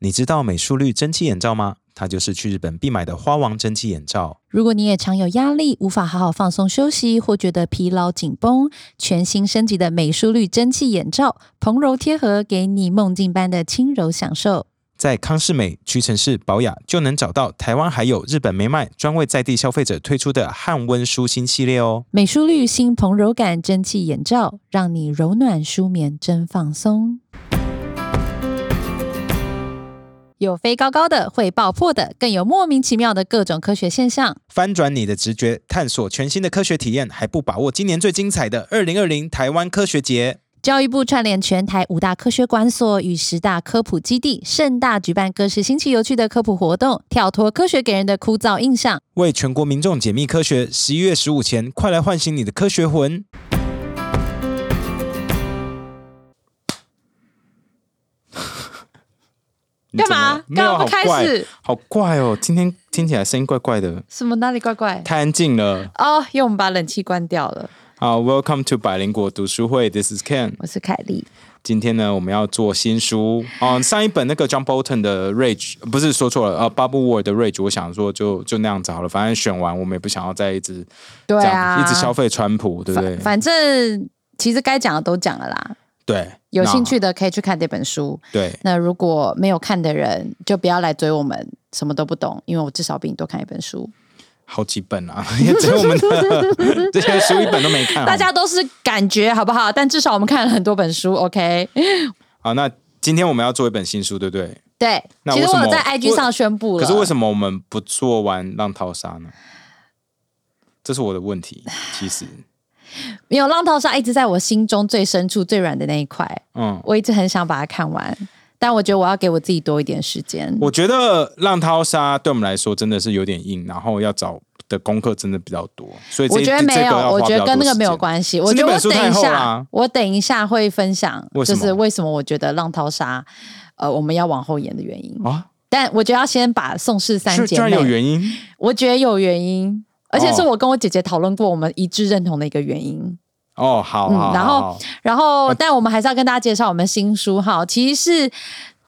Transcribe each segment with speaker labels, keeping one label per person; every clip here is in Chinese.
Speaker 1: 你知道美术绿蒸汽眼罩吗？它就是去日本必买的花王蒸汽眼罩。
Speaker 2: 如果你也常有压力，无法好好放松休息，或觉得疲劳紧绷，全新升级的美舒绿蒸汽眼罩，蓬柔贴合，给你梦境般的轻柔享受。
Speaker 1: 在康士美、屈臣氏、宝雅就能找到台湾还有日本没卖，专为在地消费者推出的汉温舒心系列哦。
Speaker 2: 美舒绿新蓬柔感蒸汽眼罩，让你柔软舒眠，真放松。有飞高高的，会爆破的，更有莫名其妙的各种科学现象。
Speaker 1: 翻转你的直觉，探索全新的科学体验，还不把握今年最精彩的二零二零台湾科学节？
Speaker 2: 教育部串联全台五大科学馆所与十大科普基地，盛大举办各式新奇有趣的科普活动，跳脱科学给人的枯燥印象。
Speaker 1: 为全国民众解密科学，十一月十五前，快来唤醒你的科学魂！ 你
Speaker 2: 干
Speaker 1: 怎么
Speaker 2: 嘛
Speaker 1: 了？没
Speaker 2: 干
Speaker 1: 有啊
Speaker 2: 嘛不
Speaker 1: 好
Speaker 2: 开
Speaker 1: 怪
Speaker 2: 始？
Speaker 1: 好怪哦，今天听起来声音怪怪的，
Speaker 2: 什么哪里怪怪？
Speaker 1: 太安静了。
Speaker 2: 哦，因为我们把冷气关掉了。
Speaker 1: 好，Welcome to 百灵果读书会，This is Ken。
Speaker 2: 我是凯莉，
Speaker 1: 今天呢，我们要做新书哦。上一本那个 John Bolton 的 Rage 不是说错了，呃，Bob Ward 的 Rage，我想说就就那样子好了，反正选完我们也不想要再一直
Speaker 2: 对
Speaker 1: 这样、
Speaker 2: 啊，
Speaker 1: 一直消费川普，对不对
Speaker 2: 反？反正其实该讲的都讲了啦，
Speaker 1: 对，
Speaker 2: 有
Speaker 1: 那
Speaker 2: 兴趣的可以去看这本书。
Speaker 1: 对
Speaker 2: 那如果没有看的人，就不要来追我们，什么都不懂，因为我至少比你多看一本书。
Speaker 1: 好几本啊， 也只有我们 的这些书一本都没看。啊
Speaker 2: 大家都是感觉好不好？但至少我们看了很多本书，OK？
Speaker 1: 好，那今天我们要做一本新书，对不对？
Speaker 2: 对，
Speaker 1: 那
Speaker 2: 其实
Speaker 1: 为什
Speaker 2: 我
Speaker 1: 么
Speaker 2: 有在 IG 上宣布
Speaker 1: 可
Speaker 2: 了。
Speaker 1: 是为什么我们不做完浪淘沙呢？这是我的问 题，其实，
Speaker 2: 么没有浪淘沙一直在我心中最深处、最软的那一块？
Speaker 1: 嗯，
Speaker 2: 我一直很想把它看完，但我觉得我要给我自己多一点时间。
Speaker 1: 我觉得浪淘沙对我们来说真的是有点硬，然后要找的功课真的比较多，所以这
Speaker 2: 我觉得没
Speaker 1: 这
Speaker 2: 有
Speaker 1: 个要，花
Speaker 2: 我
Speaker 1: 比
Speaker 2: 觉
Speaker 1: 较
Speaker 2: 得
Speaker 1: 多
Speaker 2: 跟那个
Speaker 1: 时
Speaker 2: 没有
Speaker 1: 间
Speaker 2: 关系。
Speaker 1: 是
Speaker 2: 我
Speaker 1: 那
Speaker 2: 觉得
Speaker 1: 本
Speaker 2: 我
Speaker 1: 书
Speaker 2: 等
Speaker 1: 太
Speaker 2: 一
Speaker 1: 厚
Speaker 2: 下，
Speaker 1: 啦
Speaker 2: 我等一下会分享，
Speaker 1: 为什
Speaker 2: 就
Speaker 1: 么
Speaker 2: 是为什么我觉得浪淘沙，呃，我们要往后延的原因。
Speaker 1: 啊，
Speaker 2: 但我觉得要先把宋氏三
Speaker 1: 是
Speaker 2: 姐
Speaker 1: 居然有
Speaker 2: 妹，
Speaker 1: 原因
Speaker 2: 我觉得有原因，而且是
Speaker 1: 哦
Speaker 2: 我跟我姐姐讨论过，我们一致认同的一个原因。
Speaker 1: 哦，好，
Speaker 2: 嗯
Speaker 1: 好
Speaker 2: 然后
Speaker 1: 好好
Speaker 2: 然后，但我们还是要跟大家介绍我们新书哈，其实是。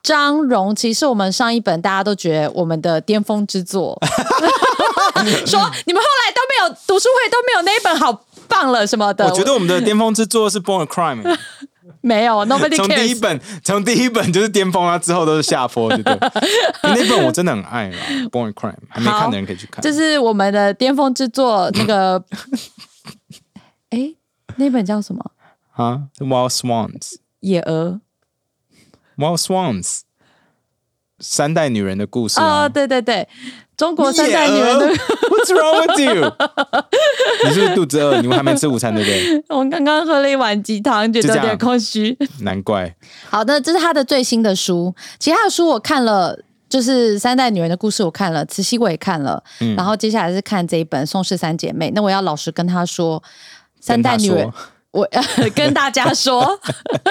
Speaker 2: 张荣其实是我们上一本大家都觉得我们的巅峰 之作，说你们后来都没有读书会都没有那一本好棒了什么的，
Speaker 1: 我觉得我们的巅峰之作是《Born a Crime 欸》
Speaker 2: 没有，Nobody
Speaker 1: 从第一
Speaker 2: cares。
Speaker 1: 本从第一本就是巅峰啊，之后都是下坡，对不 对？那本我真的很爱啦，《Born a Crime》，还没看的人可以去看。
Speaker 2: 这是我们的巅峰之作，那个，哎，那本叫什么？
Speaker 1: 啊，《Wild Swans》，
Speaker 2: 野鹅
Speaker 1: 《Wild Swans》，三代女人的故事
Speaker 2: 啊、
Speaker 1: 啊
Speaker 2: 哦，。对对对，中国三代女人
Speaker 1: 野
Speaker 2: 的
Speaker 1: 鹅，What's wrong with you？你是不是肚子饿？你们还没吃午餐对不 对？
Speaker 2: 我刚刚喝了一碗鸡汤，觉
Speaker 1: 就
Speaker 2: 得
Speaker 1: 这
Speaker 2: 有
Speaker 1: 样
Speaker 2: 点空虚。
Speaker 1: 难怪
Speaker 2: 好的，这是他的最新的书。其他的书我看了，就是《三代女人的故事》，我看了，《慈禧》我也看了，
Speaker 1: 嗯
Speaker 2: 然后接下来是看这一本《宋氏三姐妹》。那我要老实跟他说，三代女人
Speaker 1: 跟他。
Speaker 2: 我、 跟大家说，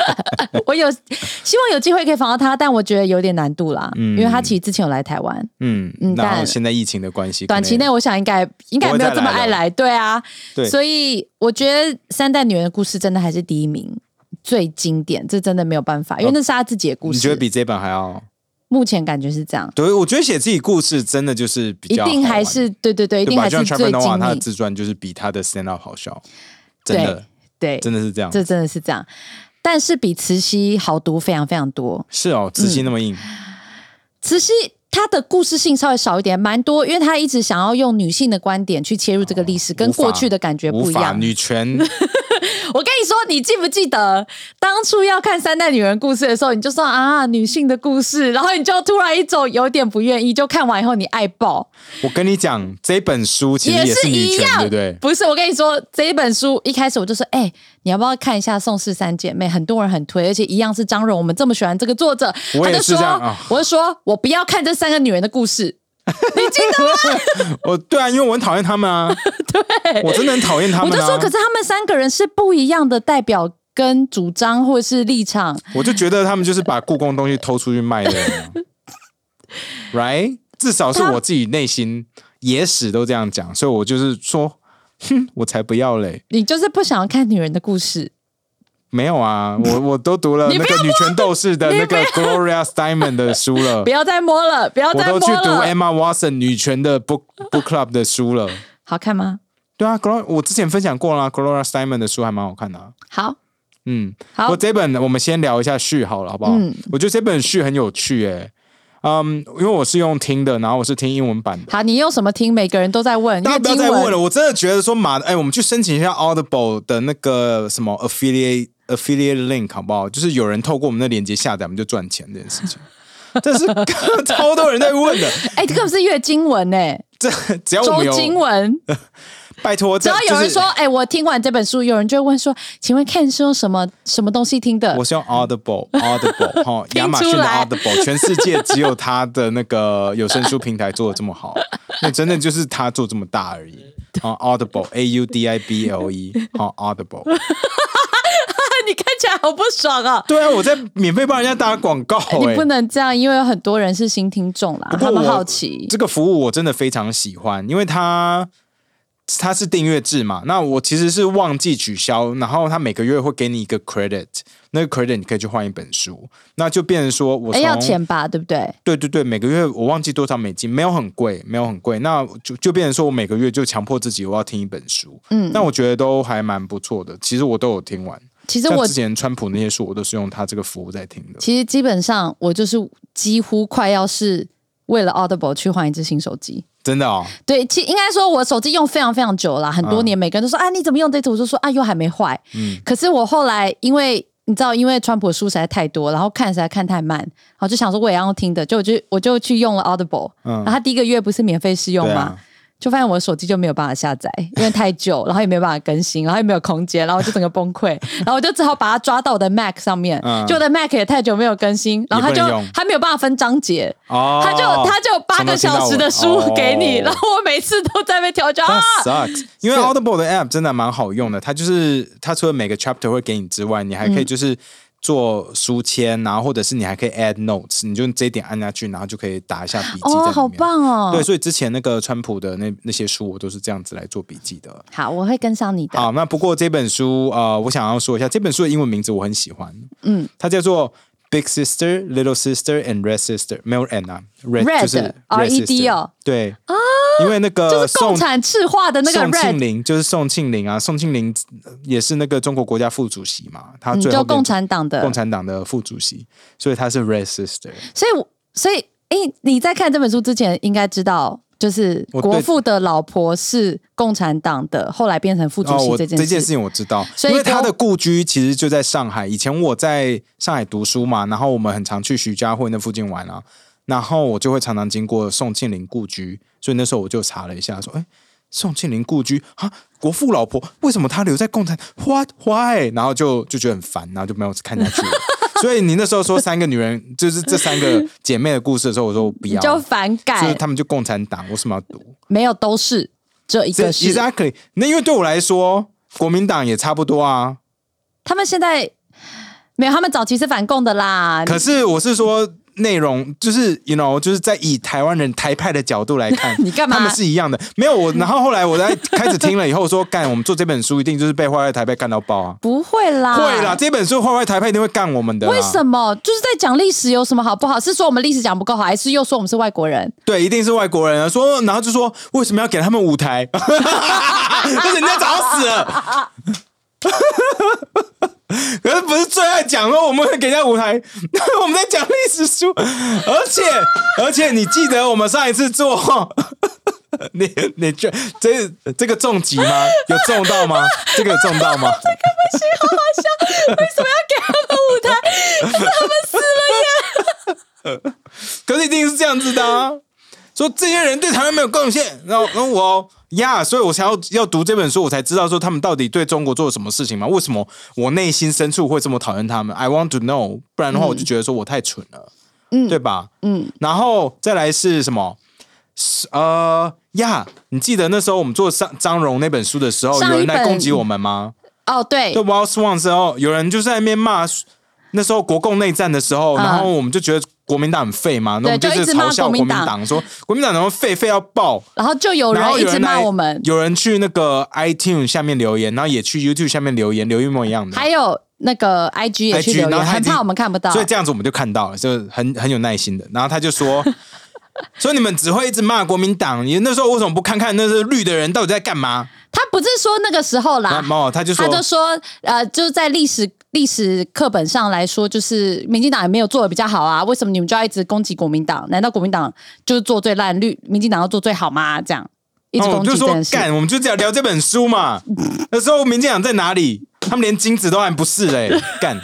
Speaker 2: 我有希望有机会可以访到他，但我觉得有点难度啦，因为他其实之前有来台湾，
Speaker 1: 嗯
Speaker 2: 嗯，
Speaker 1: 然后
Speaker 2: 但
Speaker 1: 现在疫情的关系，
Speaker 2: 短期内
Speaker 1: 可能
Speaker 2: 我想应该应该没有这么爱来，对啊，
Speaker 1: 对
Speaker 2: 所以我觉得《三代女人的故事》真的还是第一名，最经典，这真的没有办法，因为那是她自己的故
Speaker 1: 你
Speaker 2: 事。
Speaker 1: 觉得比这本还要？
Speaker 2: 目前感觉是这样，
Speaker 1: 对，我觉得写自己故事真的就是比
Speaker 2: 一
Speaker 1: 较好玩
Speaker 2: 定还是对对对，一
Speaker 1: 对
Speaker 2: 定
Speaker 1: 吧
Speaker 2: 还是
Speaker 1: John
Speaker 2: 最
Speaker 1: Chapman 的话，
Speaker 2: 精
Speaker 1: 他的
Speaker 2: 密。
Speaker 1: 自传就是比他的 stand up 好笑，真
Speaker 2: 对
Speaker 1: 的
Speaker 2: 对，
Speaker 1: 真的是这样。
Speaker 2: 这真的是这样。但是比慈禧好读非常非常多。
Speaker 1: 是哦，慈禧那么硬，
Speaker 2: 慈禧她的故事性稍微少一点，蛮多，因为她一直想要用女性的观点去切入这个历史，跟
Speaker 1: 无法
Speaker 2: 过去的感觉不
Speaker 1: 无
Speaker 2: 一
Speaker 1: 法
Speaker 2: 样。
Speaker 1: 女 权
Speaker 2: 我跟你说，你记不记得当初要看《三代女人故事》的时候，你就说啊，女性的故事，然后你就突然一种有点不愿意，就看完以后你爱爆，
Speaker 1: 我跟你讲，这本书其实
Speaker 2: 也
Speaker 1: 是女
Speaker 2: 一
Speaker 1: 权，
Speaker 2: 样，
Speaker 1: 对不对？
Speaker 2: 不是，我跟你说，这一本书一开始我就说，哎、你要不要看一下《宋氏三姐妹》？很多人很推，而且一样是张荣，我们这么喜欢这个作者，
Speaker 1: 我
Speaker 2: 他
Speaker 1: 也
Speaker 2: 就是说，
Speaker 1: 这样啊
Speaker 2: 我就说我不要看这三个女人的故事。
Speaker 1: 哦，对啊，因为我很讨厌他们 啊，对，我真的很讨厌他
Speaker 2: 我
Speaker 1: 们
Speaker 2: 就
Speaker 1: 啊
Speaker 2: 说，可。是他们三个人是不一样的代表跟主张或是立场，
Speaker 1: 我就觉得他们就是把故宫东西偷出去卖的人 啊，right？至少是我自己内心野史都这样讲，所以我就是说，哼，我才不要嘞。
Speaker 2: 你就是不想要看女人的故事。
Speaker 1: 没有啊， 我我都读了
Speaker 2: 你
Speaker 1: 那
Speaker 2: 不要
Speaker 1: 个女权斗士的
Speaker 2: 你
Speaker 1: 那个 Gloria Steinem 的书了
Speaker 2: 不，要再摸了， 不要
Speaker 1: 呃我
Speaker 2: 再
Speaker 1: 都去
Speaker 2: 摸
Speaker 1: 读哎
Speaker 2: 了。
Speaker 1: Emma Watson 女权的 book book club 的书了。
Speaker 2: 好看吗？
Speaker 1: 对啊，Gloria，我之前分享过啦，Gloria Steinem 的书还蛮好看的、啊。
Speaker 2: 好，
Speaker 1: 嗯，
Speaker 2: 好
Speaker 1: 我这本我们先聊一下序好了，好不好？
Speaker 2: 嗯
Speaker 1: 我觉得这本序很有趣、欸，嗯，因为我是用听的，然后我是听英文版的。
Speaker 2: 好，你用什么听？每个人都在问，因
Speaker 1: 大
Speaker 2: 为
Speaker 1: 家不要
Speaker 2: 经
Speaker 1: 再问了，
Speaker 2: 文
Speaker 1: 我真的觉得说马，哎、我们去申请一下 Audible 的那个什么 affiliate affiliate link 好不好？就是有人透过我们的链接下载，我们就赚钱这件事 情。这是 超多人在问的，
Speaker 2: 哎，这个是月经文哎，
Speaker 1: 这只要我
Speaker 2: 周
Speaker 1: 们有
Speaker 2: 经文。
Speaker 1: 拜托，
Speaker 2: 只
Speaker 1: 这
Speaker 2: 要有人说，
Speaker 1: 就是、
Speaker 2: 哎、我听完这本书，有人就会问说，请问 Ken 是用什么什么东西听的
Speaker 1: 我？是用 Audible Audible 哈、
Speaker 2: 听
Speaker 1: 亚马逊
Speaker 2: 出
Speaker 1: 的
Speaker 2: 来
Speaker 1: Audible，全世界只有它的那个有声书平台做的这么 好，那真的就是它做这么大而已。啊、Audible A U D I B L E 好、Audible。
Speaker 2: 你看起来好不爽啊！
Speaker 1: 对啊，我在免费帮人家打广告、欸，
Speaker 2: 你不能这样，因为有很多人是新听众啦
Speaker 1: 不，过
Speaker 2: 啊他
Speaker 1: 我
Speaker 2: 们好奇。
Speaker 1: 这个服务我真的非常喜欢，因为它它是订阅制嘛。那我其实是忘记取消，然后它每个月会给你一个 credit，那个 credit 你可以去换一本书，那就变成说我
Speaker 2: 哎、
Speaker 1: 从、
Speaker 2: 要钱吧，对不对？
Speaker 1: 对对对，每个月我忘记多少美金，没有很贵，没有很贵。那就就变成说我每个月就强迫自己我要听一本书，嗯，那我觉得都还蛮不错的。其实我都有听完，
Speaker 2: 其实
Speaker 1: 像
Speaker 2: 我
Speaker 1: 之前川普那些书，我都是用它这个服务在听的。
Speaker 2: 其实基本上我就是几乎快要是为了 Audible 去换一只新手机。
Speaker 1: 真的哦，
Speaker 2: 对，其应该说，我手机用非常非常久了，很多
Speaker 1: 嗯
Speaker 2: 年，每个人都说啊，你怎么用这组？我就说啊，又还没坏。可是我后来因为你知道，因为川普的书实在太多，然后看实在看太慢，然后就想说我也要听的，就我就我就去用了 Audible，、
Speaker 1: 嗯
Speaker 2: 然后它第一个月不是免费试用
Speaker 1: 对
Speaker 2: 吗？
Speaker 1: 啊
Speaker 2: 就发现我的手机就没有办法下载，因为太旧，然后也没有办法更新，然后也没有空间，然后我就整个崩溃，然后我就只好把它抓到我的 Mac 上面，
Speaker 1: 嗯
Speaker 2: 就我的 Mac 也太久没有更新，然后它就
Speaker 1: 也不能用
Speaker 2: 它没有办法分章节，
Speaker 1: 哦，
Speaker 2: 他就他就有八个小时的书给你， 然后我每次都在被调教 啊
Speaker 1: That。sucks，因为 Audible 的 app 真的蛮好用的，它就是它除了每个 chapter 会给你之外，你还
Speaker 2: 嗯
Speaker 1: 可以就是做书签，然后或者是你还可以 add notes，你就这一点按下去，然后就可以打一下笔记在里面。
Speaker 2: 哦，好！棒哦！
Speaker 1: 对，所以之前那个川普的那那些书，我都是这样子来做笔记的。
Speaker 2: 好，我会跟上你的。
Speaker 1: 好，那不过这本书，呃，我想要说一下，这本书的英文名字我很喜欢，嗯，它叫做 Big Sister, Little Sister and Red Sister，没有 n 啊，Red
Speaker 2: Red，
Speaker 1: 就是 Red
Speaker 2: R-E-D
Speaker 1: Sister
Speaker 2: 哦，
Speaker 1: 对啊，因为那
Speaker 2: 就
Speaker 1: 个
Speaker 2: 是共
Speaker 1: 宋
Speaker 2: 产赤化的那个
Speaker 1: 宋庆
Speaker 2: Red，
Speaker 1: 龄就是宋庆龄啊，宋庆龄呃也是那个中国国家副主席嘛，他
Speaker 2: 嗯，
Speaker 1: 最后
Speaker 2: 就
Speaker 1: 变成
Speaker 2: 共产党的
Speaker 1: 共。产党的副主席，所以他是 Red Sister。
Speaker 2: 所以我，所以，诶，你在看这本书之前，应该知道，就是
Speaker 1: 我对
Speaker 2: 国父的老婆是共产党的，后来变成副主
Speaker 1: 哦，
Speaker 2: 席
Speaker 1: 我
Speaker 2: 这件
Speaker 1: 这件事
Speaker 2: 事。
Speaker 1: 情我知道，
Speaker 2: 所以
Speaker 1: 因为他
Speaker 2: 国
Speaker 1: 的故居其实就在上海。以前我在上海读书嘛，然后我们很常去徐家汇那附近玩啊，然后我就会常常经过宋庆龄故居，所以那时候我就查了一下，说，哎，宋庆龄故居啊，国父老婆为什么她留在共产？What why？然后哎就就觉得很烦，然后就没有看下去 了。所以你那时候说三个女人就是这三个姐妹的故事的时候，我说我不要，
Speaker 2: 就反
Speaker 1: 就是
Speaker 2: 感，
Speaker 1: 她们就共产党，为什么要读？
Speaker 2: 没有都是这一
Speaker 1: 这
Speaker 2: 个是，
Speaker 1: exactly，那因为对我来说，国民党也差不多啊。
Speaker 2: 他们现在没有，他们早期是反共的啦。，
Speaker 1: 可是我是说，内容就是，you know，就是在以台湾人台派的角度来看
Speaker 2: 你干嘛
Speaker 1: 他们是一样的，没有我。然后后来我在开始听了以后说，干，我们做这本书一定就是被坏坏台派干到爆啊！
Speaker 2: 不会啦，
Speaker 1: 会啦，这本书坏坏台派一定会干我们的啦。
Speaker 2: 为什么？就是在讲历史有什么好不好？是说我们历史讲不够好，还是又说我们是外国人？
Speaker 1: 对，一定是外国人啊！说，然后就说为什么要给他们舞台？ 那人家早死了。 可是不是最爱讲说我们会给人家舞台， 我们在讲历史书，而且而且你记得我们上一次做， 你你这这这个中级吗？有中到吗？这个有中到吗？
Speaker 2: 舞台
Speaker 1: 可是一定是这样子的、啊，说这些人对台湾没有贡献，然后然后我哦呀所以我才要要读这本书，我才知道说他们到底对中国做了什么事情嘛？为什么我内心深处会这么讨厌他们？I want to know，不然的话我就觉得说我太蠢了，嗯，对吧？嗯，然后再来是什么？是呃呀你记得那时候我们做张张荣那本书的时候，
Speaker 2: 上一
Speaker 1: 有人来
Speaker 2: 本
Speaker 1: 攻击我们吗？
Speaker 2: 哦，对
Speaker 1: 对 Wild Swan 之后，有人就在那边骂，那时候国共内战的时候，
Speaker 2: 嗯
Speaker 1: 然后我们就觉得国民党很废嘛，那我们
Speaker 2: 对就一
Speaker 1: 是
Speaker 2: 直骂
Speaker 1: 嘲笑
Speaker 2: 国
Speaker 1: 国
Speaker 2: 民
Speaker 1: 民
Speaker 2: 党
Speaker 1: 党，说国民党怎么废废要爆。
Speaker 2: 然后就有
Speaker 1: 然后
Speaker 2: 人一
Speaker 1: 有
Speaker 2: 直
Speaker 1: 人
Speaker 2: 骂
Speaker 1: 来
Speaker 2: 我们，
Speaker 1: 有人去那个 iTunes 下面留言，然后也去 YouTube 下面留言，留一模一样的。
Speaker 2: 还有那个 IG 也去
Speaker 1: IG，
Speaker 2: 留
Speaker 1: 然后
Speaker 2: 言，
Speaker 1: 他已
Speaker 2: 很
Speaker 1: 经
Speaker 2: 怕我们看不到。
Speaker 1: 所以这样子我们就看到了，就是很很有耐心的。然后他就说。 说你们只会一直骂国民党，你那时候为什么不看看那是绿的人到底在干嘛？
Speaker 2: 他不是说那个时候啦
Speaker 1: 然后，没有，他就说
Speaker 2: 啊他就说，呃，就是在历史历史课本上来说，就是民进党也没有做的比较好啊，为什么你们就要一直攻击国民党？难道国民党就是做最烂，绿民进党要做最好吗？这样一直
Speaker 1: 哦，我
Speaker 2: 攻击
Speaker 1: 就
Speaker 2: 这
Speaker 1: 说
Speaker 2: 件事，
Speaker 1: 干，我们就聊聊这本书 嘛。那时候民进党在哪里？他们连金子都还不是嘞、干，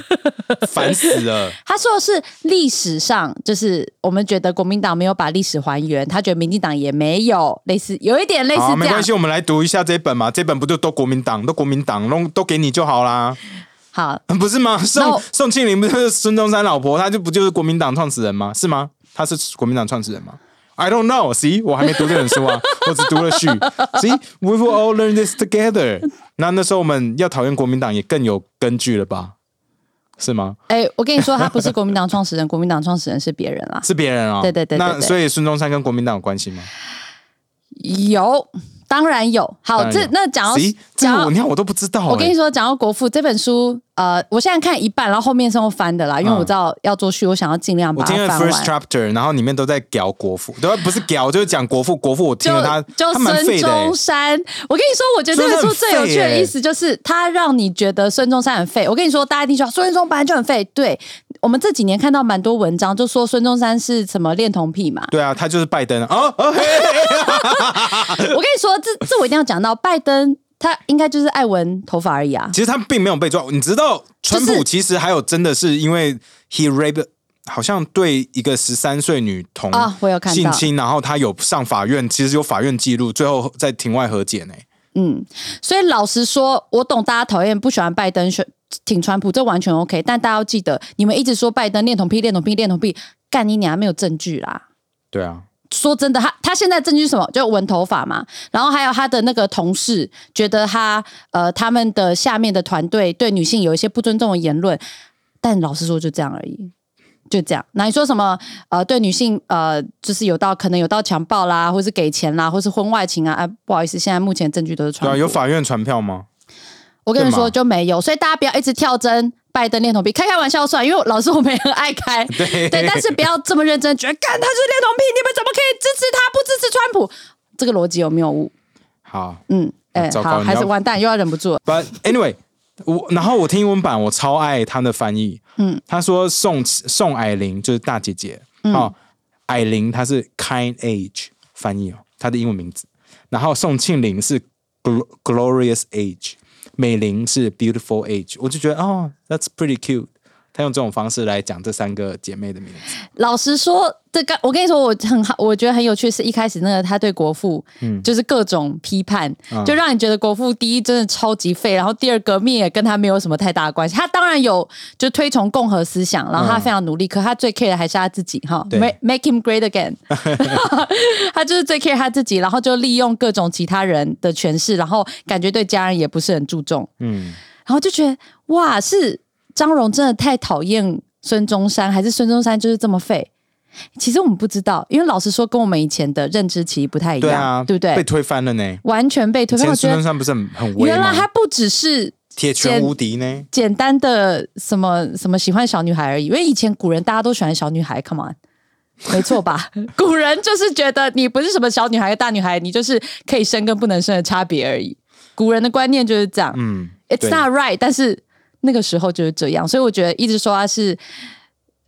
Speaker 1: 烦死 了。
Speaker 2: 他说的是历史上，就是我们觉得国民党没有把历史还原，他觉得民进党也没有，类似有一点类似
Speaker 1: 好，
Speaker 2: 这
Speaker 1: 没
Speaker 2: 样
Speaker 1: 关。系，我们来读一下这本嘛。这本不就都国民党，都国民党，弄都给你就好啦，
Speaker 2: 好
Speaker 1: 不是吗？
Speaker 2: 那
Speaker 1: 宋
Speaker 2: 我
Speaker 1: 宋庆龄不就是孙中山老婆？她就不就是国民党创始人吗？是吗？她是国民党创始人吗？I don't know. See，我还没读这本书 啊，我只读了序。See, we will all learn this together. 那那时候我们要讨厌国民党也更有根据了吧？是吗？
Speaker 2: 哎、我跟你说，他不是国民党创始人，国民党创始人是别人啦。
Speaker 1: 是别人啊、
Speaker 2: 对对对对
Speaker 1: 那
Speaker 2: 对
Speaker 1: 所以孙中山跟国民党有关系吗？
Speaker 2: 有，当然有。好，
Speaker 1: 当然
Speaker 2: 哦这
Speaker 1: 有
Speaker 2: 那讲到
Speaker 1: 咦，这
Speaker 2: 讲
Speaker 1: 个
Speaker 2: 到
Speaker 1: 我你看我都不知道、欸。
Speaker 2: 我跟你说，讲到国父这本书，呃，我现在看一半，然后后面是用翻的啦，因为
Speaker 1: 嗯
Speaker 2: 我知道要做序，我想要尽量
Speaker 1: 我
Speaker 2: 把
Speaker 1: 听
Speaker 2: 它
Speaker 1: 了
Speaker 2: 翻
Speaker 1: first
Speaker 2: 完。
Speaker 1: chapter，然后里面都在屌国父，对吧，不是屌，就是讲国父。国父我听
Speaker 2: 就
Speaker 1: 了他，
Speaker 2: 就
Speaker 1: 他蛮
Speaker 2: 孙
Speaker 1: 废的、欸
Speaker 2: 中。山，我跟你说，我觉得这本书最有趣的意思就是，它让你觉得孙中山很废。我跟你说，大家一定说孙中山本来就很废。对我们这几年看到蛮多文章，就说孙中山是什么恋童 癖嘛。
Speaker 1: 对啊，他就是拜登啊！哦哦嘿
Speaker 2: 我跟你说，这这我一定要讲到，拜登他应该就是爱闻头发而已啊。
Speaker 1: 其实他并没有被抓，你知道，川
Speaker 2: 就
Speaker 1: 普
Speaker 2: 是
Speaker 1: 其实还有真的是因为 he rape，好像对一个十三岁女童
Speaker 2: 啊我有看到
Speaker 1: 性侵，然后他有上法院，其实有法院记录，最后在庭外和解呢、
Speaker 2: 嗯所以老实说，我懂大家讨厌不喜欢拜登选挺川普，这完全 OK。但大家要记得，你们一直说拜登恋童癖、恋童癖、恋童癖，干你娘没有证据啦！
Speaker 1: 对啊，
Speaker 2: 说真的，他他现在证据是什么？就纹头发嘛，然后还有他的那个同事觉得他呃他们的下面的团队对女性有一些不尊重的言论，但老实说就这样而已，就这样。那你说什么呃对女性呃就是有到可能有到强暴啦，或是给钱啦，或是婚外情啊？啊不好意思，现在目前证据都是
Speaker 1: 对
Speaker 2: 川
Speaker 1: 啊，
Speaker 2: 普。
Speaker 1: 有法院传票吗？
Speaker 2: 我跟你
Speaker 1: 对
Speaker 2: 说
Speaker 1: 嘛
Speaker 2: 就没有，所以大家不要一直跳针拜登恋童癖，开开玩笑算，因为老师我们也很爱开，
Speaker 1: 对
Speaker 2: 但是不要这么认真，觉得干他就是恋童癖，你们怎么可以支持他不支持川普？这个逻辑有没有误？
Speaker 1: 好，
Speaker 2: 嗯，哎、
Speaker 1: 啊糟糕
Speaker 2: 好，
Speaker 1: 你
Speaker 2: 还
Speaker 1: 要
Speaker 2: 是完蛋，又要忍不住了。
Speaker 1: But anyway，我然后我听英文版，我超爱他的翻译。嗯，他说宋宋霭龄就是大姐姐，
Speaker 2: 嗯
Speaker 1: 哦，霭龄她是 Kind Age 翻译哦，她的英文名字。然后宋庆龄是 gl- Glorious Age，美玲是 Beautiful Age。我就觉得哦，That's pretty cute。她用这种方式来讲这三个姐妹的名字，
Speaker 2: 老实说，这个我跟你说，我很好，我觉得很有趣，是一开始那个他对国父，就是各种批判，就让你觉得国父第一真的超级废，然后第二革命也跟他没有什么太大的关系。他当然有就推崇共和思想，然后他非常努力，可他最 care 的还是他自己哈
Speaker 1: 对
Speaker 2: ，make make him great again，他就是最 care 他自己，然后就利用各种其他人的诠释，然后感觉对家人也不是很注重。
Speaker 1: 嗯，
Speaker 2: 然后就觉得哇，是张荣真的太讨厌孙中山，还是孙中山就是这么废？其实我们不知道，因为老实说，跟我们以前的认知其实不太一样，
Speaker 1: 对啊，
Speaker 2: 不对
Speaker 1: 被？推翻了呢。
Speaker 2: 完全被推
Speaker 1: 以
Speaker 2: 翻，我
Speaker 1: 前孙
Speaker 2: 觉
Speaker 1: 中
Speaker 2: 得
Speaker 1: 山不是很很威
Speaker 2: 原来他
Speaker 1: 吗？
Speaker 2: 不只是
Speaker 1: 铁拳无敌呢。
Speaker 2: 简单的什么什么喜欢小女孩而已，因为以前古人大家都喜欢小女孩，come on。没错 吧？古人就是觉得你不是什么小女孩、大女孩，你就是可以生跟不能生的差别而已。古人的观念就是这样。
Speaker 1: 嗯
Speaker 2: It's
Speaker 1: 对
Speaker 2: not right，但是那个时候就是这样，所以我觉得一直说他是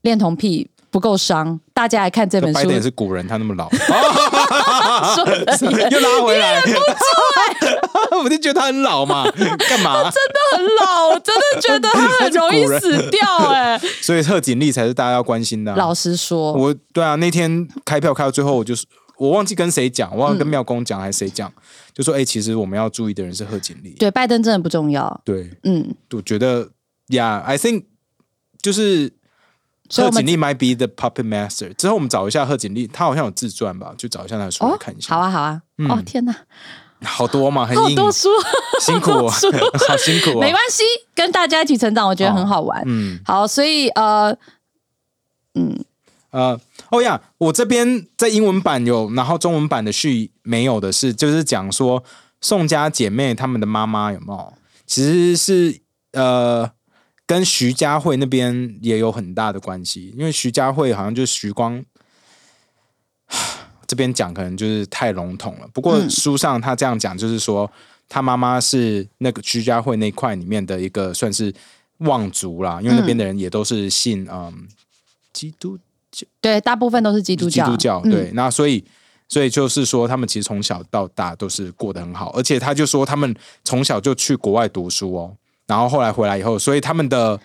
Speaker 2: 恋童癖不够伤，大家来看这本
Speaker 1: 拜
Speaker 2: 书
Speaker 1: 登也是古人，他那 么老。
Speaker 2: 说的也
Speaker 1: 又拉回来，
Speaker 2: 哎
Speaker 1: 我就觉得他很老 嘛，干嘛？
Speaker 2: 很老， 我真的觉得他很容易
Speaker 1: 他是古
Speaker 2: 死掉 哎、
Speaker 1: 所以贺锦丽才是大家要关心的啊、
Speaker 2: 老实说，
Speaker 1: 我对啊，那天开票开到最后，我就是我忘记跟谁讲，我忘了跟妙公讲还是谁讲，
Speaker 2: 嗯
Speaker 1: 就说哎、其实我们要注意的人是贺锦丽。
Speaker 2: 对拜登真的不重要，
Speaker 1: 对，
Speaker 2: 嗯，
Speaker 1: 我觉得，Yeah，I think 就是
Speaker 2: 所
Speaker 1: 贺
Speaker 2: 以我们
Speaker 1: 锦丽 might be the puppet master。之后我们找一下贺锦丽，她好像有自传吧，就找一下她的书来
Speaker 2: 哦
Speaker 1: 看一，下。嗯
Speaker 2: 好啊，好啊，哦天哪，
Speaker 1: 好多嘛，很
Speaker 2: 好
Speaker 1: 硬，
Speaker 2: 多书，
Speaker 1: 辛苦
Speaker 2: 好
Speaker 1: 哦，
Speaker 2: 多书，
Speaker 1: 好辛苦哦。
Speaker 2: 没关系，跟大家一起成长，我觉得很好玩。
Speaker 1: 嗯，
Speaker 2: 好，所以呃，
Speaker 1: 呃，哦呀，我这边在英文版有，然后中文版的序没有的是，就是讲说宋家姐妹她们的妈妈有没有，其实是呃。跟徐家汇那边也有很大的关系，因为徐家汇好像就是徐光。这边讲可能就是太笼统了，不过书上他这样讲，就是说、他妈妈是那个居家会那块里面的一个算是望族啦，因为那边的人也都是信嗯基督
Speaker 2: 对，大部分都是基督
Speaker 1: 基
Speaker 2: 教，
Speaker 1: 督教，
Speaker 2: 嗯
Speaker 1: 对，那所以所以就是说，他们其实从小到大都是过得很好，而且他就说他们从小就去国外读书哦，然后后来回来以后，所以他们的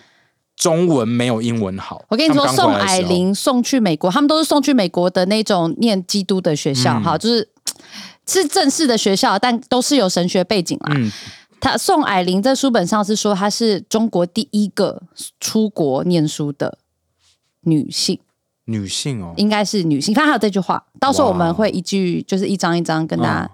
Speaker 1: 中文没有英文好。
Speaker 2: 我跟
Speaker 1: 他
Speaker 2: 你说，
Speaker 1: 们刚
Speaker 2: 宋
Speaker 1: 回来的时
Speaker 2: 霭
Speaker 1: 候，
Speaker 2: 龄送去美国，他们都是送去美国的那种念基督的学
Speaker 1: 嗯
Speaker 2: 校，哈、就是是正式的学校，但都是有神学背景啦。
Speaker 1: 嗯
Speaker 2: 他宋霭龄在书本上是说，她是中国第一个出国念书的女性，
Speaker 1: 女性哦，
Speaker 2: 应该是女性。反正还有这句话，到时候我们会一句就是一张一张跟大家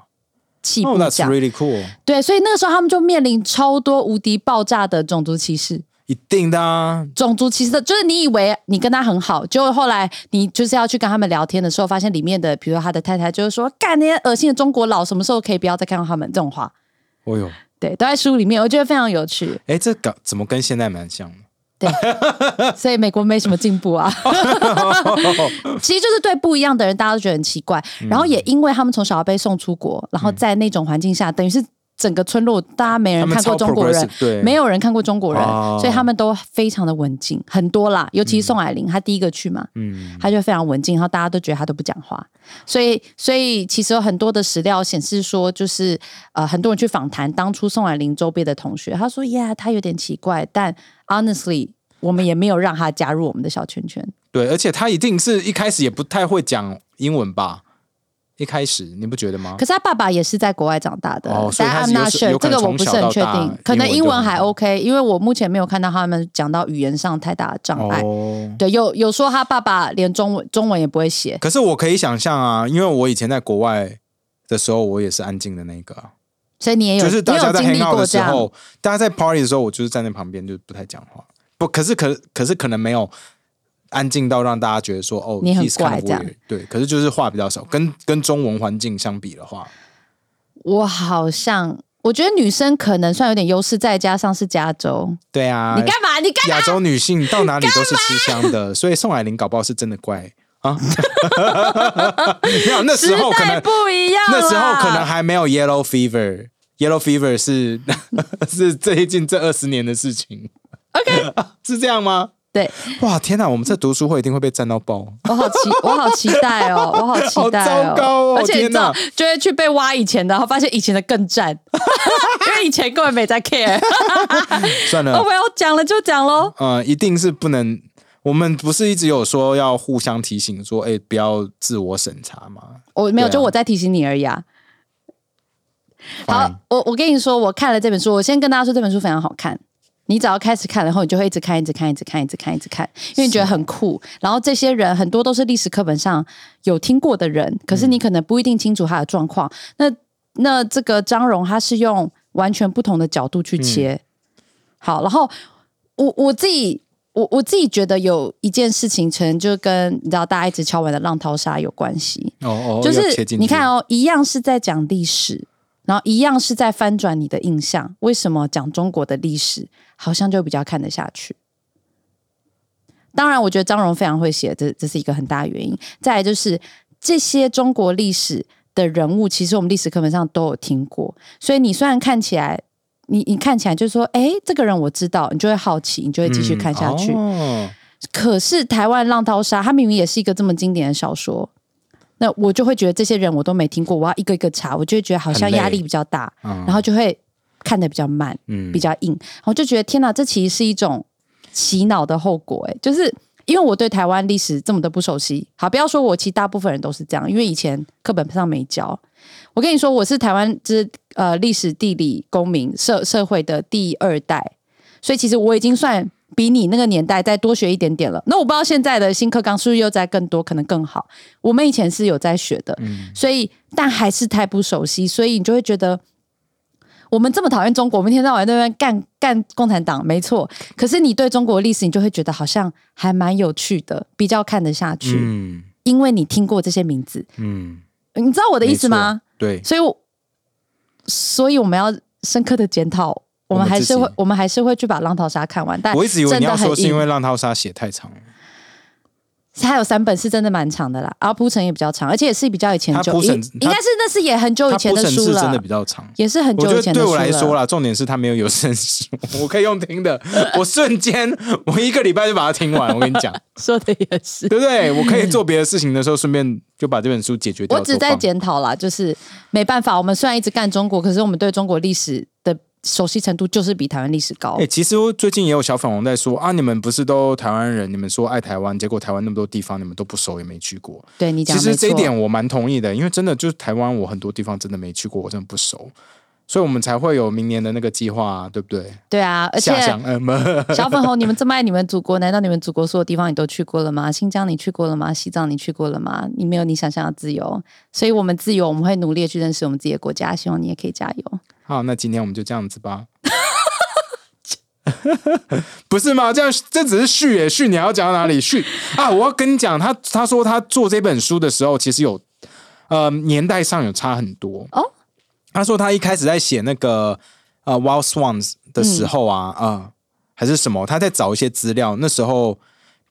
Speaker 2: 细
Speaker 1: 哦
Speaker 2: 部
Speaker 1: ，That's
Speaker 2: 讲。
Speaker 1: really cool，
Speaker 2: 对，所以那个时候他们就面临超多无敌爆炸的种族歧视。
Speaker 1: 一定的啊，
Speaker 2: 种族歧视，就是你以为你跟他很好，结果后来你就是要去跟他们聊天的时候，发现里面的，比如说他的太太就是说，干那些恶心的中国佬，什么时候可以不要再看到他们这种话？
Speaker 1: 哦哟，
Speaker 2: 对，都在书里面，我觉得非常 有趣。
Speaker 1: 哎，这个怎么跟现在蛮像的？
Speaker 2: 所以美国没什么进步 啊，其实就是对不一样的人，大家都觉得很奇怪。
Speaker 1: 嗯
Speaker 2: 然后也因为他们从小被送出国，然后在那种环境下，等于是整个村落大家没人
Speaker 1: 他们
Speaker 2: 看过
Speaker 1: 超
Speaker 2: 中国人
Speaker 1: progressive，，对，
Speaker 2: 没有人看过中国人，
Speaker 1: 哦
Speaker 2: 所以他们都非常的文静，很多啦。尤其是宋霭龄，她第一个去嘛，
Speaker 1: 嗯，
Speaker 2: 他就非常文静，然后大家都觉得他都不讲话，所以所以其实有很多的史料显示说，就是呃很多人去访谈当初宋霭龄周边的同学，他说呀，他有点奇怪，但 honestly 我们也没有让他加入我们的小圈圈，
Speaker 1: 对，而且他一定是一开始也不太会讲英文吧？一开始你不觉得吗
Speaker 2: 可？是他爸爸也是在国外长大的，
Speaker 1: 哦所以他
Speaker 2: 但
Speaker 1: 是
Speaker 2: I'm
Speaker 1: 有
Speaker 2: not
Speaker 1: 是有
Speaker 2: sure
Speaker 1: 可
Speaker 2: 这
Speaker 1: 能
Speaker 2: 个我不是很确
Speaker 1: 从小到
Speaker 2: 定
Speaker 1: 大，
Speaker 2: 可能
Speaker 1: 英文
Speaker 2: 英
Speaker 1: 都
Speaker 2: 文还
Speaker 1: 很好
Speaker 2: OK，因为我目前没有看到他们讲到语言上太大的障碍。
Speaker 1: 哦，
Speaker 2: 对，有有说他爸爸连中文中文也不会写，
Speaker 1: 可是我可以想象啊，因为我以前在国外的时候，我也是安静的那个啊，
Speaker 2: 所以你也有
Speaker 1: 就是大家在
Speaker 2: 你有经历
Speaker 1: hang out
Speaker 2: 过
Speaker 1: 的
Speaker 2: 这
Speaker 1: 时
Speaker 2: 样。
Speaker 1: 候，大家在 party 的时候，我就是站在旁边就不太讲话。不，可是可可是可能没有安静到让大家觉得说哦，
Speaker 2: 你很
Speaker 1: he's kind of
Speaker 2: 怪这样
Speaker 1: weird 对，可是就是话比较少，跟跟中文环境相比的话，
Speaker 2: 我好像，我觉得女生可能算有点优势，再加上是加州。
Speaker 1: 对啊，
Speaker 2: 你干嘛？你干嘛？
Speaker 1: 亚洲女性到哪里都是吃香的，所以宋霭龄搞不好是真的怪啊。 没有，那时
Speaker 2: 时
Speaker 1: 候可
Speaker 2: 代
Speaker 1: 能
Speaker 2: 不一样啊啦，
Speaker 1: 那时候可能还没有 yellow fever。Yellow fever 是 是最近这二十年的事情
Speaker 2: OK。
Speaker 1: 是这样吗？
Speaker 2: 对，
Speaker 1: 哇，天哪！我们这读书会一定会被占到爆。
Speaker 2: 我好期，我好期 待哦，我好期待哦，
Speaker 1: 好糟糕哦
Speaker 2: 而且你
Speaker 1: 天
Speaker 2: 知
Speaker 1: 哪
Speaker 2: 道，就会去被挖以前的，然后发现以前的更赞， 因为以前根本没在 care。
Speaker 1: 算了
Speaker 2: 哦，，我要讲了就讲喽。
Speaker 1: 呃，一定是不能。我们不是一直有说要互相提醒说，哎、不要自我审查吗？
Speaker 2: 我哦没有，
Speaker 1: 对啊
Speaker 2: 就我在提醒你而已啊。好
Speaker 1: Fine，
Speaker 2: 我我跟你说，我看了这本书，我先跟大家说这本书非常好看。你只要开始看，然后你就会一直看，一直看，一直看，一直看，一直看，因为你觉得很酷。然后这些人很多都是历史课本上有听过的人，可是你可能不一定清楚他的状况。那那这个张荣他是用完全不同的角度去切。好，然后我我自己我我自己觉得有一件事情，可能就跟你知道大家一直敲完的浪淘沙有关系。
Speaker 1: 哦哦，
Speaker 2: 就
Speaker 1: 要切
Speaker 2: 是
Speaker 1: 进去
Speaker 2: 你看，哦，一样是在讲历史，然后一样是在翻转你的印象。为什么讲中国的历史好像就比较看得下去？当然，我觉得张荣非常会写，这这是一个很大的原因。再来就是这些中国历史的人物，其实我们历史课本上都有听过，所以你虽然看起来。你你看起来就是说，哎，这个人我知道，你就会好奇，你就会继续看下去。
Speaker 1: 嗯嗯哦
Speaker 2: 可是台湾浪淘沙，它明明也是一个这么经典的小说，那我就会觉得这些人我都没听过，我要一个一个查，我就会觉得好像
Speaker 1: 很累
Speaker 2: 压力比较大，
Speaker 1: 嗯
Speaker 2: 然后就会看得比较慢，
Speaker 1: 嗯
Speaker 2: 比较硬，然后就觉得天哪，这其实是一种洗脑的后果、哎，就是。因为我对台湾历史这么的不熟悉，好，不要说我，其实大部分人都是这样，因为以前课本上没教。我跟你说，我是台湾之呃历史、地理、公民、社社会的第二代，所以其实我已经算比你那个年代再多学一点点了。那我不知道现在的新课纲是不是又在更多，可能更好。我们以前是有在学的，所以但还是太不熟悉，所以你就会觉得。我们这么讨厌中国，我们一天到晚在那边干干共产党，没错。可是你对中国历史，你就会觉得好像还蛮有趣的，比较看得下去，
Speaker 1: 嗯
Speaker 2: 因为你听过这些名字，
Speaker 1: 嗯，
Speaker 2: 你知道我
Speaker 1: 的
Speaker 2: 的意思吗？？
Speaker 1: 对，
Speaker 2: 所以我，所以我们要深刻的检讨我们还是
Speaker 1: 我们
Speaker 2: 会
Speaker 1: 自己，
Speaker 2: 我们还是会去把《浪淘沙》看完，但
Speaker 1: 我一直以为
Speaker 2: 真
Speaker 1: 你要
Speaker 2: 的很
Speaker 1: 说是因
Speaker 2: 硬
Speaker 1: 为浪淘沙写太长了，
Speaker 2: 它有三本是真的蛮长的啦，然后铺陈也比较长，而且也是比较以前
Speaker 1: 它
Speaker 2: 久，
Speaker 1: 铺
Speaker 2: 应
Speaker 1: 陈
Speaker 2: 应该是那是也很久以
Speaker 1: 它
Speaker 2: 前
Speaker 1: 铺
Speaker 2: 的
Speaker 1: 陈
Speaker 2: 书
Speaker 1: 是真
Speaker 2: 了
Speaker 1: 的比，较长。
Speaker 2: 也是很
Speaker 1: 我
Speaker 2: 久
Speaker 1: 觉
Speaker 2: 以
Speaker 1: 得
Speaker 2: 前的
Speaker 1: 对
Speaker 2: 书
Speaker 1: 我来说
Speaker 2: 了。
Speaker 1: 啦，重点是它没有有声书，我可以用听的。我瞬间，我一个礼拜就把它听完。我跟你讲，
Speaker 2: 说的也 是，
Speaker 1: 对不对？我可以做别的事情的时候，顺便就把这本书解决掉。
Speaker 2: 我只
Speaker 1: 做
Speaker 2: 在
Speaker 1: 放
Speaker 2: 检讨啦，就是没办法，我们虽然一直干中国，可是我们对中国历史的熟悉程度就是比台湾历史高
Speaker 1: 哎、。其实我最近也有小粉红在说啊，你们不是都台湾人，你们说爱台湾，结果台湾那么多地方你们都不熟，也没去过。
Speaker 2: 对你讲
Speaker 1: 其
Speaker 2: 的没
Speaker 1: 实这一
Speaker 2: 错，
Speaker 1: 点我蛮同意的，因为真的就是台湾，我很多地方真的没去过，我真的不熟，所以我们才会有明年的那个计划、啊，对不对？
Speaker 2: 对啊，而且
Speaker 1: 下乡，嗯、呃，
Speaker 2: 小粉红，你们这么爱你们祖国，难道你们祖国所有地方你都去过了吗？新疆你去过了吗？西藏你去过了吗？你没有你想象的自由，所以我们自由，我们会努力地去认识我们自己的国家，希望你也可以加油。
Speaker 1: 好，那今天我们就这样子吧。 不是吗？这样这只是序耶，序你还要讲到哪里？序啊！我要跟你讲，他他说他做这本书的时候，其实有呃年代上有差很多
Speaker 2: 哦。
Speaker 1: 他说他一开始在写那个呃《Wild Swans》的时候啊，
Speaker 2: 嗯
Speaker 1: 啊、还是什么，他在找一些资料，那时候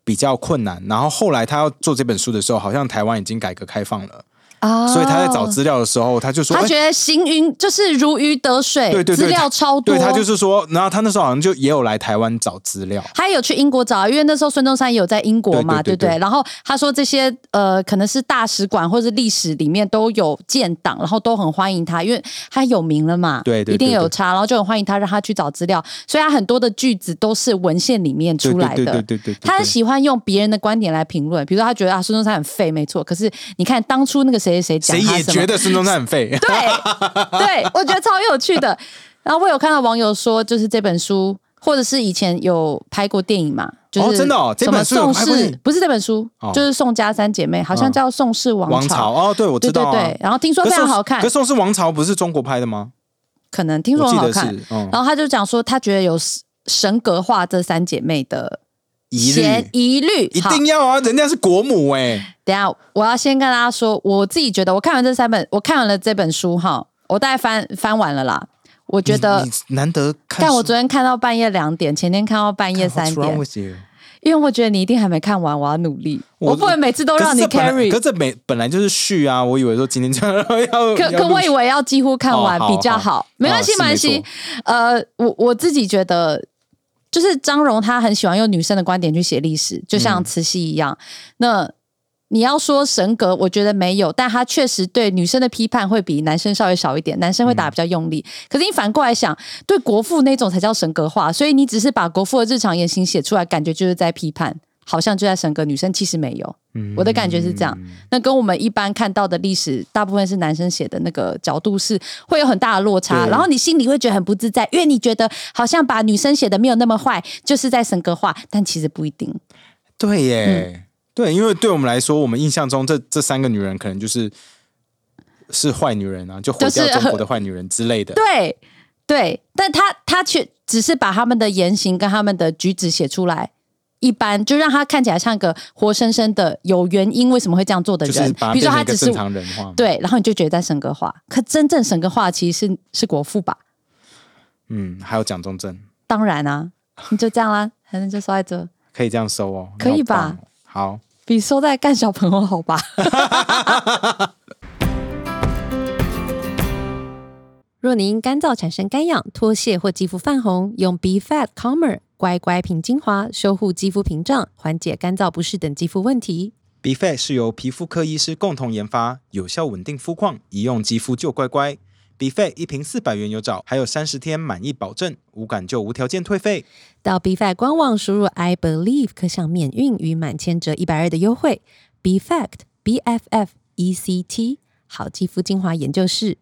Speaker 1: 比较困难。然后后来他要做这本书的时候，好像台湾已经改革开放了，
Speaker 2: 啊
Speaker 1: 所以他在找资料的时候，他就说，
Speaker 2: 他
Speaker 1: 哎
Speaker 2: 觉得行云就是如鱼得水，
Speaker 1: 对对对
Speaker 2: 资料超多。
Speaker 1: 对他就是说，然后他那时候好像就也有来台湾找资料，
Speaker 2: 他有去英国找，因为那时候孙中山也有在英国嘛，
Speaker 1: 对对
Speaker 2: 对
Speaker 1: 对
Speaker 2: 不对？然后他说这些呃，可能是大使馆或者是历史里面都有建档，然后都很欢迎他，因为他有名了嘛，
Speaker 1: 对对对
Speaker 2: 一定有差，然后就很欢迎他，让他去找资料。所以他很多的句子都是文献里面
Speaker 1: 对
Speaker 2: 出来的。
Speaker 1: 对对对对对对，
Speaker 2: 他很
Speaker 1: 对
Speaker 2: 喜欢用别人的观点来评论，比如说他觉得啊孙中山很废，没错。可是你看当初那个谁谁谁讲
Speaker 1: 谁
Speaker 2: 他
Speaker 1: 也
Speaker 2: 什么
Speaker 1: 觉得孙中山很 废，
Speaker 2: 对 对，我觉得超有趣的。然后我有看到网友说，就是这本书，或者是以前有拍过电影嘛，就是、
Speaker 1: 哦真的哦这本书有
Speaker 2: 宋
Speaker 1: 拍过电影
Speaker 2: 氏不是这本书，
Speaker 1: 哦
Speaker 2: 就是宋家三姐妹，好像叫《宋氏王朝》
Speaker 1: 王朝哦，对我知
Speaker 2: 对对
Speaker 1: 道啊
Speaker 2: 对，，然后听说
Speaker 1: 可
Speaker 2: 非
Speaker 1: 是
Speaker 2: 常好看
Speaker 1: 可，是宋氏王朝不是中国拍的吗？
Speaker 2: 可能听说
Speaker 1: 我
Speaker 2: 很
Speaker 1: 记
Speaker 2: 好
Speaker 1: 得
Speaker 2: 看。哦
Speaker 1: 是，嗯，
Speaker 2: 然后他就讲说，他觉得有神格化这三姐妹的
Speaker 1: 疑
Speaker 2: 嫌
Speaker 1: 虑
Speaker 2: 疑虑，
Speaker 1: 一
Speaker 2: 好
Speaker 1: 定要啊，人家是国母哎，
Speaker 2: 等一下，我要先跟大家说，我自己觉得我看完这三本，我看完了这本书哈，我大概翻翻完了啦。我觉得
Speaker 1: 你你难得看
Speaker 2: 但
Speaker 1: 书，
Speaker 2: 我昨天看到半夜两点，前天看到半夜
Speaker 1: What's
Speaker 2: 三
Speaker 1: wrong
Speaker 2: 点，
Speaker 1: with you？
Speaker 2: 因为我觉得你一定还没看完，我要努力，
Speaker 1: 我
Speaker 2: 我不能每次都
Speaker 1: 可
Speaker 2: 让
Speaker 1: 是
Speaker 2: 你
Speaker 1: 这本来可
Speaker 2: carry
Speaker 1: 是。这本本来就是序啊，我以为说今天就要
Speaker 2: 可
Speaker 1: 要
Speaker 2: 可
Speaker 1: 录
Speaker 2: 我以为要几乎看完
Speaker 1: 哦好
Speaker 2: 比较
Speaker 1: 好
Speaker 2: 好，没关系，
Speaker 1: 是
Speaker 2: 没关
Speaker 1: 没
Speaker 2: 系
Speaker 1: 错。
Speaker 2: 呃，我我自己觉得，就是张荣他很喜欢用女生的观点去写历史，就
Speaker 1: 嗯
Speaker 2: 像慈禧一样。那你要说神格，我觉得没有，但他确实对女生的批判会比男生稍微少一点，男生会
Speaker 1: 嗯
Speaker 2: 打得比较用力。可是你反过来想，对国父那种才叫神格化，所以你只是把国父的日常言行写出来，感觉就是在批判，好像就在神格，女生其实没有。
Speaker 1: 嗯
Speaker 2: 我的感觉是这样。那跟我们一般看到的历史，大部分是男生写的那个角度是会有很大的落差，
Speaker 1: 对
Speaker 2: 然后你心里会觉得很不自在，因为你觉得好像把女生写的没有那么坏，就是在神格化，但其实不一定。
Speaker 1: 对耶，
Speaker 2: 嗯
Speaker 1: 对，因为对我们来说，我们印象中这这三个女人可能就是是坏女人啊，就毁掉
Speaker 2: 就是
Speaker 1: 中国的坏女人之类的。
Speaker 2: 对对，但他他却只是把他们的言行跟他们的举止写出来。一般就让他看起来像个活生生的有原因为什么会这样做的
Speaker 1: 就
Speaker 2: 人，
Speaker 1: 是把它
Speaker 2: 比
Speaker 1: 变
Speaker 2: 如说
Speaker 1: 成一
Speaker 2: 他
Speaker 1: 个
Speaker 2: 只
Speaker 1: 正
Speaker 2: 是
Speaker 1: 常人化嘛，
Speaker 2: 对，然后你就觉得在神格化。可真正神格化其实是是国父吧？
Speaker 1: 嗯，还有蒋中正，
Speaker 2: 当然啊，你就这样啦，反正就收在这，
Speaker 1: 可以这样收哦，
Speaker 2: 可以吧
Speaker 1: 你好棒哦？好，
Speaker 2: 比收在干小朋友好吧？
Speaker 3: 若您干燥产生干痒、脱屑或肌肤泛红，用 B Fat Calmer 乖乖瓶精华修护肌肤屏障，缓解干燥不适等肌肤问题。
Speaker 1: B Fat 是由皮肤科医师共同研发，有效稳定肤况，一用肌肤就乖乖。B Fat 一瓶四百元有找，还有三十天满意保证，无感就无条件退费。
Speaker 3: 到 B Fat 官网输入 I Believe 可享免运与满千折一百二的优惠。B Fact B F F E C T 好肌肤精华研究室